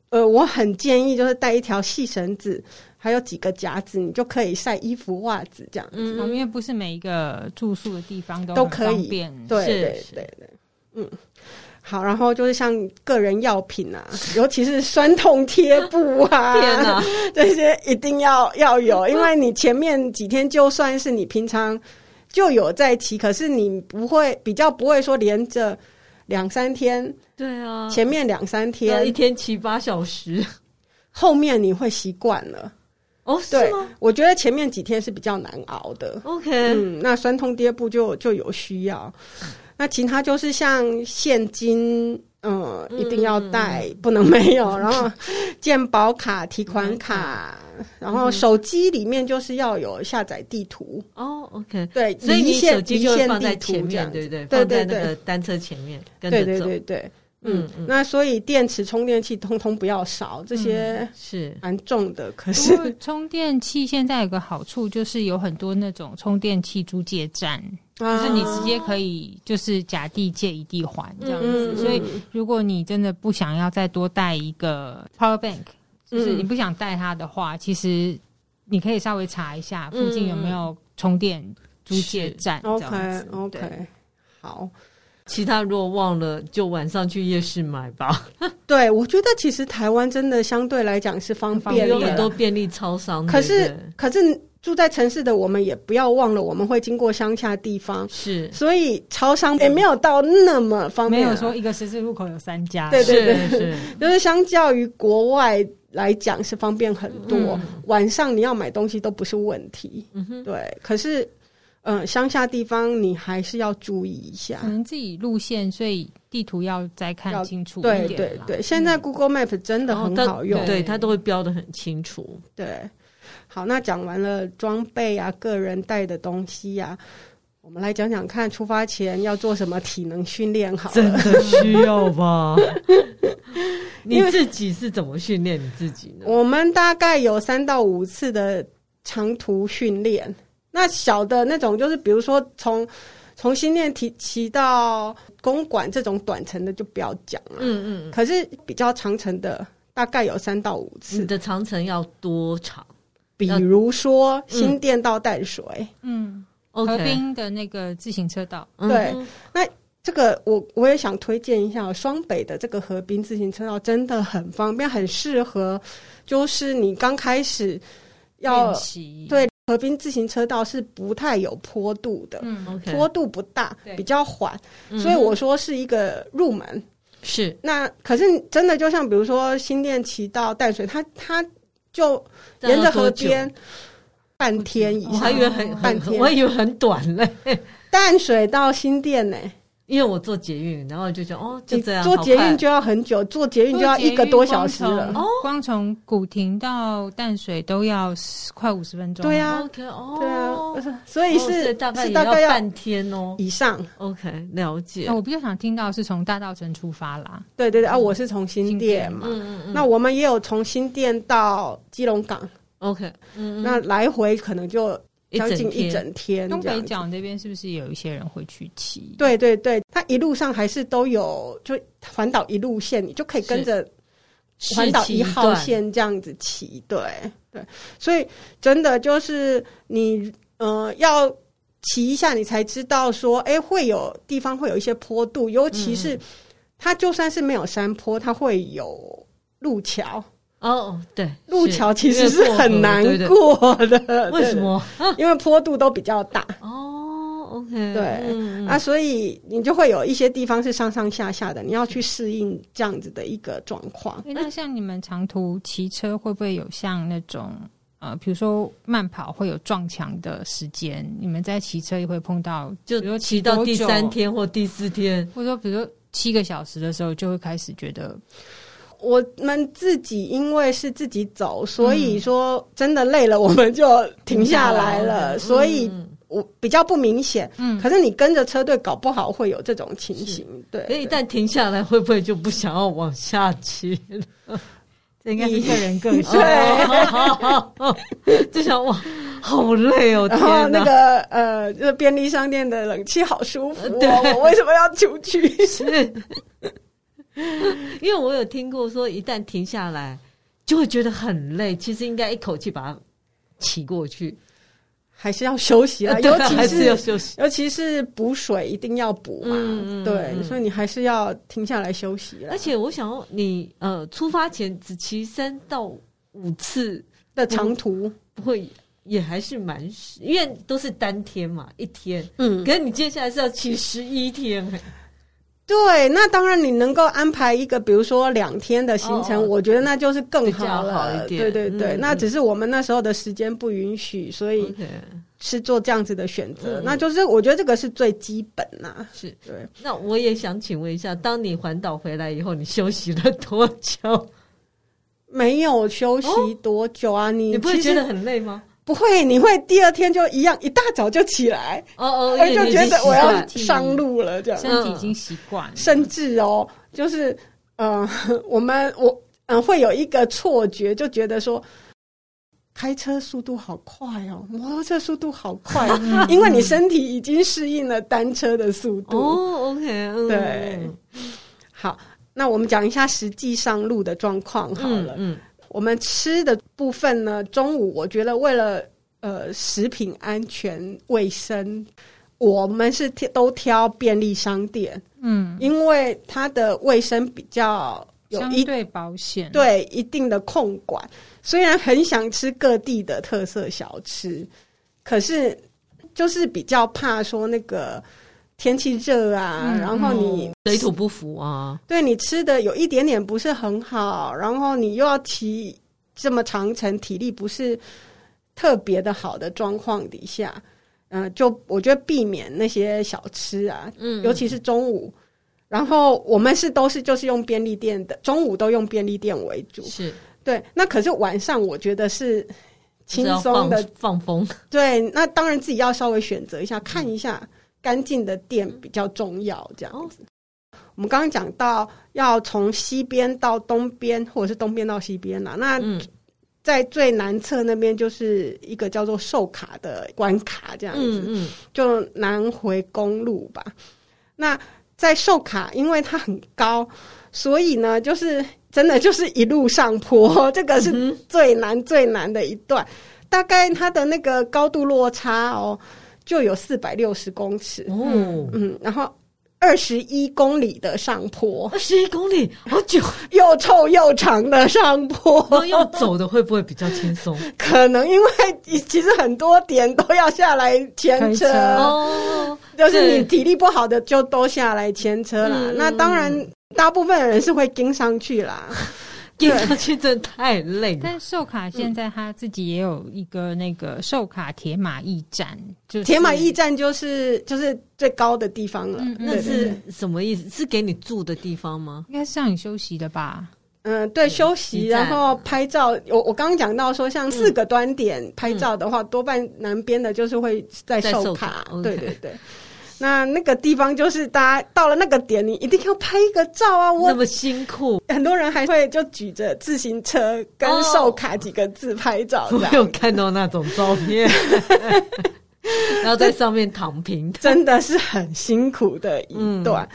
呃，我很建议就是带一条细绳子，还有几个夹子，你就可以晒衣服、袜子这样。
嗯
哦因为不是每一个住宿的地方都
都
很
可以
方便，
对
嗯是
对
是
对对，嗯。好，然后就是像个人药品 啊，尤其是酸痛贴布啊，
天哪，
这些一定要要有，因为你前面几天就算是你平常就有在骑，可是你不会比较不会说连着两三天，
对啊，
前面两三
要一
天，
天七八小时，
后面你会习惯了。
哦，
对
是吗，
我觉得前面几天是比较难熬的。
？OK，
嗯，那酸痛跌步就就有需要。那其他就是像现金，嗯，一定要带，不能没 有。然后健保卡、提款卡，
嗯
然后手机里面就是要有下载地图，
哦，OK，
对，
所以
离
你
线
手机
离
就会
线
放
地
在
图
前
这
面，
样
对不
对
对？放在
对
那
对
个单车前面跟
对
着
对
走，
对对，
嗯
嗯
嗯，
那所以电池、充电器通通不要少，这
嗯
些
是，
蛮重的。可
不
是
过充电器现在有个好处，就是有很多那种充电器租借站，就
就是
你直接可以就是甲地借一地还这样子。
嗯嗯
所以如果你真的不想要再多带一个 power bank，就是
嗯
你不想带它的话，其实你可以稍微查一下附近有没有充电租借站这
嗯 OK
样子。对
OK 好。
其他如果忘了，就晚上去夜市买吧，
对，我觉得其实台湾真的相对来讲是方
便利
的
有
啦，
很多便利超商，
可
对
是
不对
可是住在城市的我们也不要忘了，我们会经过乡下地
嗯
方，
是
所以超商也没有到那么方
没
便啊、
有说一个十字路口有三家，
对对
是是，
就是相较于国外来讲是方便很多，
嗯
晚上你要买东西都不是问题。
嗯哼，
对，可是，嗯、乡下地方你还是要注意一下
可。能自己路线，所以地图要再看
要
清楚一
对
点
对
啦
对，现在 Google Map 真的
然后
很
它
好用。
嗯哦对它都会标的很清楚。
对，好，那讲完了装备啊，个人带的东西呀、我们来讲讲看，出发前要做什么体能训练好了。
的需要吧？你自己是怎么训练你自己呢？
我们大概有三到五次的长途训练。那小的那种，就是比如说从从新店提骑到公馆这种短程的就不要讲了。
嗯嗯，
可是比较长程的，大概有三到五次。
你的长程要多长
比
要
如
嗯
说新店到淡水，
嗯，河
？OK，
滨的那个自行车道，
嗯
对
哼
这个我我也想推荐一下双北的这个河滨自行车道，真的很方便，很适合，就是你刚开始要
练习
对河滨自行车道是不太有坡度的，
嗯，
，OK，
坡度不大
对，
比较缓，
嗯哼
所以我说是一个入门。
是
那可是真的，就像比如说新店骑到淡水，它它就沿着河边半天以
我哦还
上
以，为很
半
很，
天
我还以为很短嘞，
淡水到新店呢、
因为我坐捷运，然后就觉得哦，就
你
这样，
坐捷
好快
运就要很久，坐捷运就要一个多小时
坐捷运
了。
光从光从古亭到淡水都要快五十分钟。
对啊，
OK 哦，
对
哦，
啊，所以
所
是
以大概
是
也
大概
要
要
半天哦。
以上。
OK，了解
那。我比较想听到是从大道城出发啦，
对对对啊，我是从新
新
店
店
嘛，
嗯嗯
那我们也有从新店到基隆港，
，OK，嗯，
那来回可能就
一
将
整
近一
天
整天。
东
这
北
样子
角那边是不是有一些人会去骑？，
对对对，它一路上还是都有，就环岛一路线，你就可以跟着环岛
是骑
一号
段
线这样子骑。对对，所以真的就是你呃要骑一下，你才知道说，哎，会有地方会有一些坡度，尤其是它就算是没有山坡，它会有路桥。
哦，对，
路
是
桥其实
因
是
为过河
很难
对对
过的，
为什么？
对？因为坡度都比较大。
哦，OK，
对
嗯嗯
啊，所以你就会有一些地方是上上下下的，你要
嗯
去适应这样子的一个状况。
诶那像你们长途骑车会不会有像那种呃，比如说慢跑会有撞墙的时间？你们在骑车也会碰到，比如
就
说
骑
骑
到
多
第
久
三，天或第四天，
或者说比如说七个小时的时候，就会开始觉得
我们自己因为是自己走，所
嗯
以说真的累了，我们就停下来了。
嗯
所以我比较不明显，
嗯
可是你跟着车队，搞不好会有这种情形。对，
可一
对
旦停下来，会不会就不想要往下骑？
这应该是个人个性。
对， 就想哇，好累哦，
然后
天
那
哪！
个呃，就是便利商店的冷气好舒服、哦，我为什么要出去？
呃是， 因为我有听过说，一旦停下来，就会觉得很累。其实应该一口气把它骑过去，
还是要休息啊，
对
尤
啊
其
还是要休息。
尤其是补水一定要补嘛，
嗯嗯
对，
嗯
所以你还是要停下来休息啦
而且我想要你呃，出发前只骑三到五次，
的长途，
不会也还是蛮，因为都是单天嘛，一天。
嗯，
可是你接下来是要骑十一天、哎
对。那当然，你能够安排一个，比如说两天的行程，
哦
我觉得那就是更好
比较好
了。
一点
对对对，
嗯
那
嗯
只是我们那时候的时间不允许，所以
OK，
是做这样子的选择。
嗯
那就是我觉得这个是最基本呐、
是。
对，
那我也想请问一下，当你环岛回来以后，你休息了多久？
没有休息多久啊？你
哦你不会
其实
觉得很累吗？
不会？你会第二天就一样，一大早就起来，
哦哦，
而
因为
哎就
你
觉得
已经习
我要
惯
体
上路了这样。
身体已经习惯了，
甚至哦，就是呃， 我们我嗯、呃会有一个错觉，就觉得说。开车速度好快哦，摩托车速度好快、 哦， 因
嗯
为你身体已经适应了单车的速度。
哦，OK，嗯，
对好，那我们讲一下实际上路的状况好
嗯
了。
嗯，
我们吃的部分呢，中午我觉得为了呃食品安全卫生，我们是挑都挑便利商店，
嗯，
因为它的卫生比较有
相
一
对保险。，
对一定的控管。虽然很想吃各地的特色小吃，可是就是比较怕说那个天气热啊，
嗯
然后你
水土不服啊，
对你吃的有一点点不是很好，然后你又要骑这么长程，体力不是特别的好的状况底下，嗯、就我觉得避免那些小吃啊，
嗯
尤其是中午。然后我们是都是就是用便利店的，中午都用便利店为主。
是
对，那可是晚上我觉得是轻
就是要
松的，
放放风，
对，那当然自己要稍微选择一下，看一下干净的店比较重要。这样子，我们刚刚讲到要从西边到东边，或者是东边到西边啦、那
嗯
在最南侧那边就是一个叫做寿卡的关卡，这样子。
嗯嗯，
就南回公路吧。那在寿卡，因为它很高，所以呢，就是真的就是一路上坡， 这个
嗯
是最难最难的一段。大概它的那个高度落差哦，就有四百六十公尺，
哦，
嗯，然后二十一公里的上坡，
二十一公里，好久，
又臭又长的上坡。
那要走的会不会比较轻松？
可能因为其实很多点都要下来牵
推
车
车
哦，
就是你
对
体力不好的就都下来牵车啦。
嗯
那当然，大部分人是会跟上去 啦。
跟上去真的太累了。
但寿卡现在他自己也有一个那个寿卡铁马驿站，就是
铁马驿站就是就是最高的地方了。
嗯嗯
那
对对对
是什么意思？是给你住的地方吗？
应该是让你休息的吧？
嗯，对，休息
嗯驿站
然后拍照。我我刚刚讲到说，像四个端点拍照的话，多半南边的就是会在
嗯在
售
售
卡
卡。
对
OK
对对。那那个地方就是大家到了那个点，你一定要拍一个照啊！我
那么辛苦，
很多人还会就举着自行车跟
哦
售卡几个字拍照，这
我
样
有看到那种照 片，然后在上面躺平。
真的是很辛苦的一段。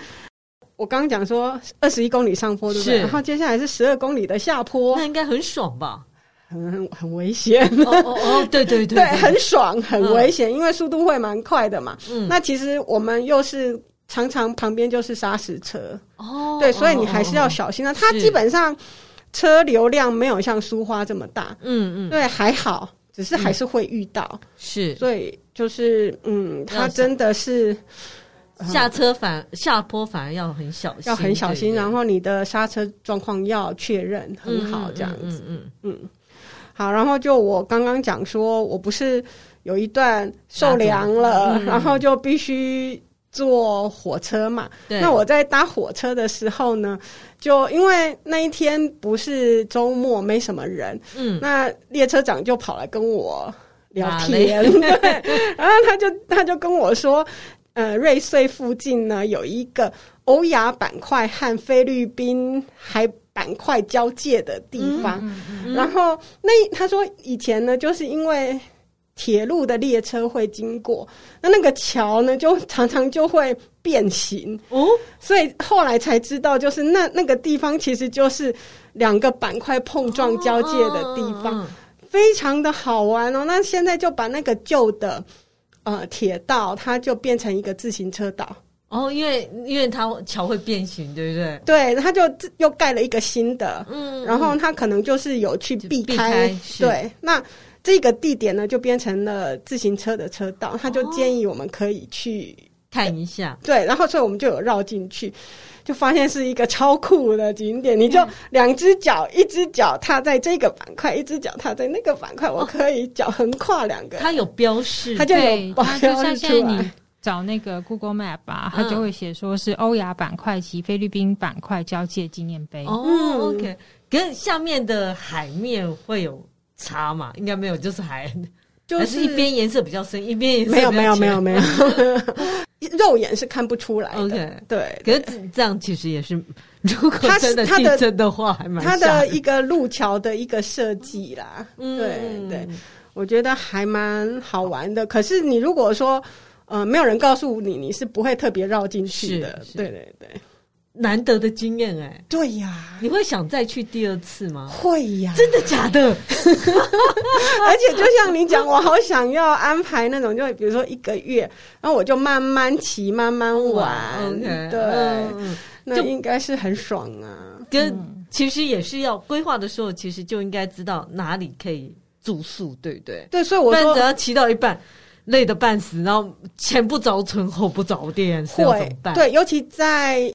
我刚刚讲说二十一公里上坡，对不对？
嗯是
然后接下来是十二公里的下坡
那，应该很 爽吧？
很很很危险，
哦哦哦， 对对对
对，很爽，很危险，因为速度会蛮快的嘛。
嗯
那其实我们又是常常旁边就是砂石车，
哦，
对，所以你还是要
哦，
小心啊。它
是
基本上车流量没有像苏花这么大，
嗯嗯，
对，还好，只是还是会遇到，
是
所以就是嗯，
要
它
小
真的是。呃
下车反下坡反而要很小心，
要很小心，
对
然后你的刹车状况要确认很好，这样子。，
对嗯嗯嗯嗯
好，然后就我刚刚讲说，我不是有一段受凉了，
嗯
然后就必须坐火车嘛。
嗯对，
那我在搭火车的时候呢，就因为那一天不是周末，没什么人，
嗯
那列车长就跑来跟我聊
打
天， 对，然后他就他就跟我说，呃，瑞穗附近呢有一个欧亚板块和菲律宾海板块交界的地方，
嗯嗯，
然后那他说以前呢，就是因为铁路的列车会经过，那那个桥呢就常常就会变形，
哦
所以后来才知道，就是那那个地方其实就是两个板块碰撞交界的地
哦
方。，
嗯嗯嗯
非常的好玩哦。那现在就把那个旧的呃铁道，它就变成一个自行车道，
哦，因为因为它桥会变形，对不对？
对，它就自又盖了一个新的，
嗯
然后它可能就是有去
就
避
避
开，
开是
对，那。这个地点呢，就变成了自行车的车道，他就
哦
建议我们可以去、
看一下，
对，然后所以我们就有绕进去，就发现是一个超酷的景点。你
嗯
就两只脚，一只脚踏在这个板块，一只脚踏在那个板块，我可以脚横跨两个，
它有标示，
它就
对
有，保
它就
镖出
像现在
来嗯
你找那个 Google Map 吧，它就会写说是欧亚板块及菲律宾板块交界纪念碑。
哦、
嗯
o k 可是下面的海面会有差嘛？应该没有，就是海，
就
还是一边颜色比较深，一边颜色
没有
比较
没有
浅
没有。没 有，肉眼是看不出来的。
OK
对，
可是这样其实也是， 如果
它是
真的
它
地
的
震的话，还蛮
它
吓
的
人
一个路桥的一个设计啦，对
嗯
对，我觉得还蛮好玩的。可是你如果说呃没有人告诉你，你是不会特别绕进去的
是。是
对对对，
难得的经验哎、
对呀，
你会想再去第二次 吗？
会呀，
真的假的？
而且就像你讲，我好想要安排那种，就比如 说一个月，然后我就慢慢骑，慢慢玩。
哦 OK，
对，
嗯嗯嗯
那应该是很爽啊。
跟其实也是要规划的时候，其实就应该知道哪里可以住宿，对不对？
对，所以
不
我
然只
说
要骑到一半，累得半死，然后前不着村后不着店，是要怎么办？
对，尤其在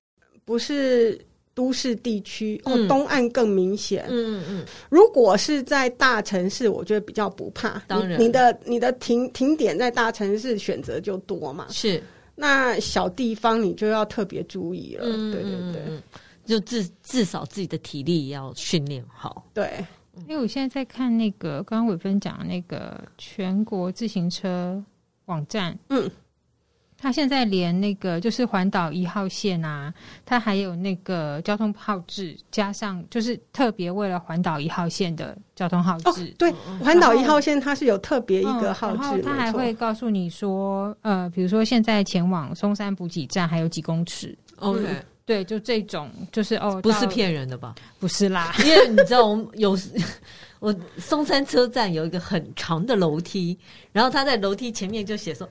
不是都市地区，哦
嗯，
东岸更明显。
嗯，嗯嗯，
如果是在大城市，我觉得比较不怕。
当然
你你的你的停停点在大城市选择就多嘛。
是，
那小地方你就要特别注意了。
嗯，
对
嗯
对
嗯
对
嗯就至至少自己的体力也要训练好。
对，
因为我现在在看那个刚刚伟芬讲的那个全国自行车网站，
嗯，
它现在连那个就是环岛一号线啊，它还有那个交通号志，加上就是特别为了环岛一号线的交通号
哦
志。
对
嗯，哦
环岛
然
一
后
号线它是有特别一个号
嗯然后
志，
它
没
还
错
会告诉你说，呃，比如说现在前往松山补给站还有几公尺，
嗯
OK，
对，就这种，就是哦，
不是
到，
骗人的吧？
不是 啦，
因为你知道，我们有时我松山车站有一个很长的楼梯，然后他在楼梯前面就写说。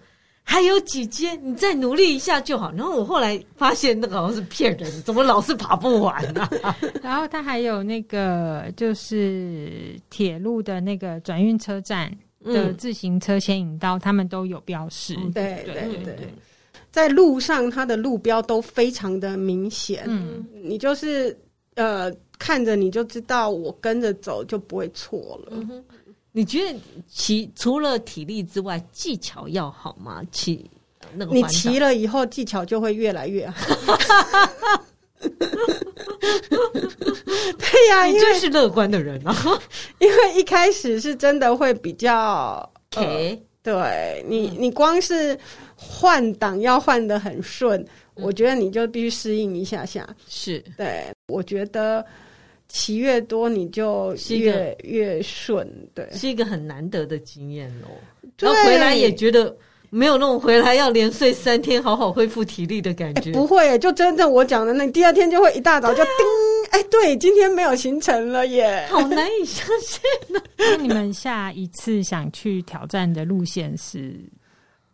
还有几阶，你再努力一下就好。然后我后来发现那个好像是骗人，怎么老是爬不完啊呢、
然后它还有那个就是铁路的那个转运车站的
嗯，
自行车牵引道，他们都有标示。
嗯
哦对
对
对
对
对，在路上它的路标都非常的明显，
嗯，
你就是呃看着你就知道，我跟着走就不会错了。
嗯哼，你觉得骑除了体力之外，技巧要好吗？骑那个
你
环岛
骑了以后，技巧就会越来越好。 对呀、
你
因
就
为
是乐观的人啊。
因为一开始是真的会比较，
OK，
对你
嗯
你光是换挡要换的很顺，
嗯
我觉得你就必须适应一下下。
是
对，我觉得骑越多你就是
一个
越越顺。对，
是一个很难得的经验哦。
对
然后回来也觉得没有那种回来要连睡三天，好好恢复体力的感觉。
哎不会，就真正我讲的那，你第二天就会一大早
啊
就叮，哎、对，今天没有行程了耶。
好难以相信，
那你们下一次想去挑战的路线是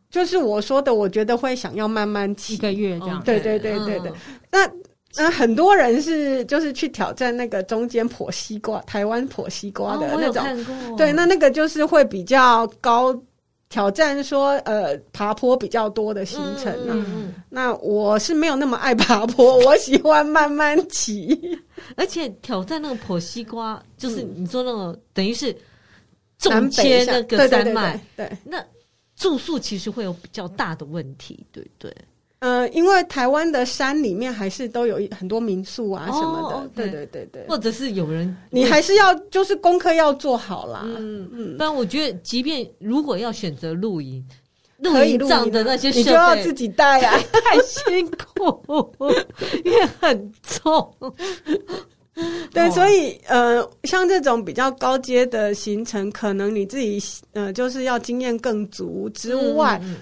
就是我说的，我觉得会想要慢慢
一
骑。
个月 这样子？
哦对对对对对
哦嗯，
那那很多人是就是去挑战那个中间剖西瓜，台湾剖西瓜的
哦我
那
有
种。
看过，嗯
对，那那个就是会比较高挑战说，呃，爬坡比较多的行程啊。
嗯嗯嗯
那我是没有那么爱爬坡，我喜欢慢慢骑。
而且挑战那个剖西瓜，就是你说那个等于是
嗯南
中
北
间
向
那个山脉，
对对对对对，
那住宿其实会有比较大的问题，对不对？
呃，因为台湾的山里面还是都有一很多民宿啊
哦
什么的，
OK
对对对对。
或者是有人
你还是要就是功课要做好啦，
嗯
嗯
但我觉得，即便如果要选择露营，露
可以
营
录
帐
音
的
啊
那些
你就
设
要
备
自己带啊。
太辛苦，也很重。
对，
哦
所以呃，像这种比较高阶的行程，可能你自己呃就是要经验更足之外，
嗯，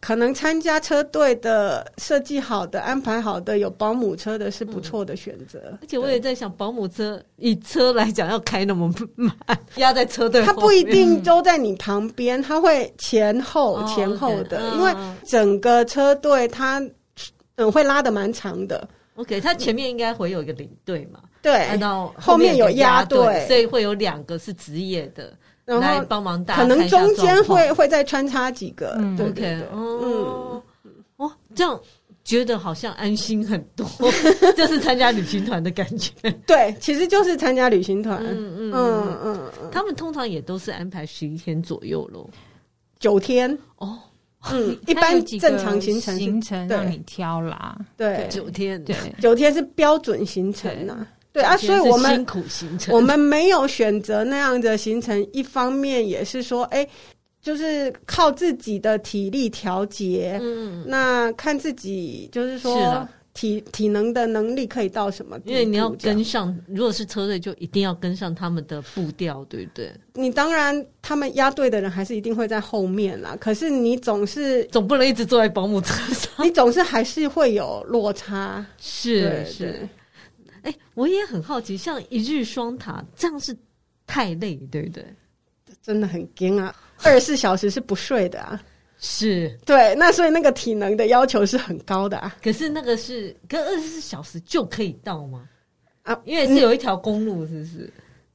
可能参加车队的设计好的、安排好的有保姆车的是
嗯
不错的选择。
而且我也在想，保姆车以车来讲要开那么慢，压在车队
它
后面，
不一定都在你旁边，它会前后
哦
前后
OK，
的，
嗯
因为整个车队它嗯会拉的蛮长的，
OK，它前面应该会有一个领队嘛，
对，
按到
嗯后面有
有
压
队，
队
所以会有两个是职业的
然
来
后
帮忙大家
可能
看一下
中间
状况
会会再穿插几个，
嗯
对对
OK，
对，
哦，哦，这样觉得好像安心很 多，就是参加旅行团的感觉。
对，其实就是参加旅行团，嗯
嗯嗯嗯，
嗯嗯，
他们通常也都是安排十一天左右喽。
九天，
哦，
嗯，一
它有
般
几个
正常行程是
行程让你挑啦，
对
九天，
对，
九天是标准行程呐、对啊，
九
所
天
以
是
我们
辛苦行 程，
我们没有选择那样的行程，一方面也是说，哎、就是靠自己的体力调节，
嗯，
那看自己就是
是
说
啊
体体能的能力可以到什么地步
因为你要
这样
跟上，如果是车队，就一定要跟上他们的步调，对不对？
你，当然他们压队的人还是一定会在后面啦，可是你总是
总不能一直坐在保姆车 上。
你总是还是会有落差，
是
对
是，，哎，我也很好奇，像一日双塔这样是太累，对不对？
对真的很惊啊！二十四小时是不睡的啊，
是，
对，那所以那个体能的要求是很高的啊。
可是那个是跟二十四小时就可以到吗？
啊，嗯
因为是有一条公路，是不是？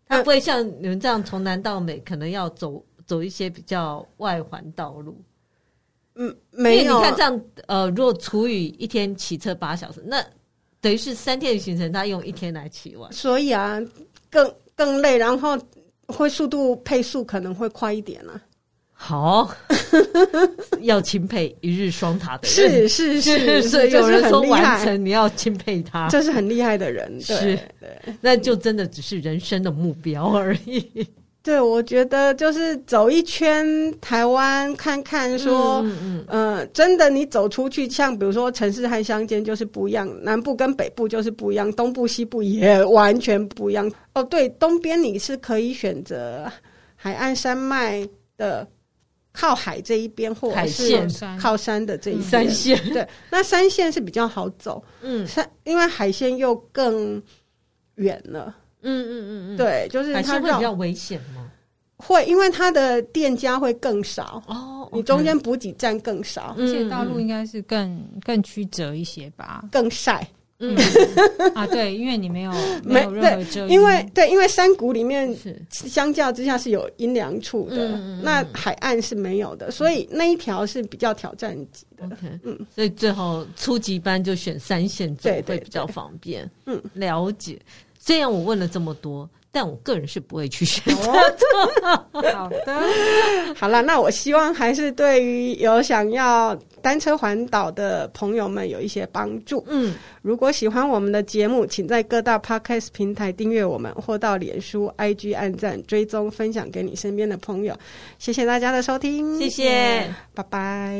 它不会像你们这样从南到北，可能要走走一些比较外环道路。
嗯，
因为
没
你
有，
看这样，呃，如果除以一天骑车八小时，那等于是三天的行程，他用一天来骑完。
所以啊，更更累，然后会速度配速可能会快一点啊。
好， 要钦佩一日双塔的人，
是是
是，
是，
所以
这
有
是
人
很
说
厉
完
害，
成，你要钦佩他，
这是很厉害的人，对
是
对。
那就真的只是人生的目标而已。
对，我觉得就是走一圈台湾看看说。
嗯嗯
呃，真的，你走出去，像比如说城市和乡间就是不一样，南部跟北部就是不一样，东部西部也完全不一样。哦，对，东边你是可以选择海岸山脉的靠海这一边，或
海
者
线
是
山
靠山的这一
嗯，
边。
三线，
对，那山线是比较好走，
嗯
山因为海线又更远了。
嗯嗯嗯嗯，，
对，就是
还是
它
会
绕
比较危险吗？
会，因为它的店家会更少，
哦
你中间补给站更
嗯
少，
而且道路
嗯
应该是更更曲折一些吧？
更晒。
嗯
啊，对，因为你没 有
没
有任何遮
因为
荫
对，因为山谷里面
是
相较之下是有阴凉处的，
嗯嗯嗯嗯
那海岸是没有的，所以那一条是比较挑战级的。
OK，
嗯
所以最后初级班就选三线走
对对
会比较方便。
对嗯，
了解。虽然我问了这么多，但我个人是不会去选。
好的，
嗯
好了，那我希望还是对于有想要单车环岛的朋友们有一些帮助。
嗯，
如果喜欢我们的节目，请在各大 podcast 平台订阅我们，或到脸书、IG 按赞、追踪、分享给你身边的朋友。谢谢大家的收听，
谢谢。
拜拜。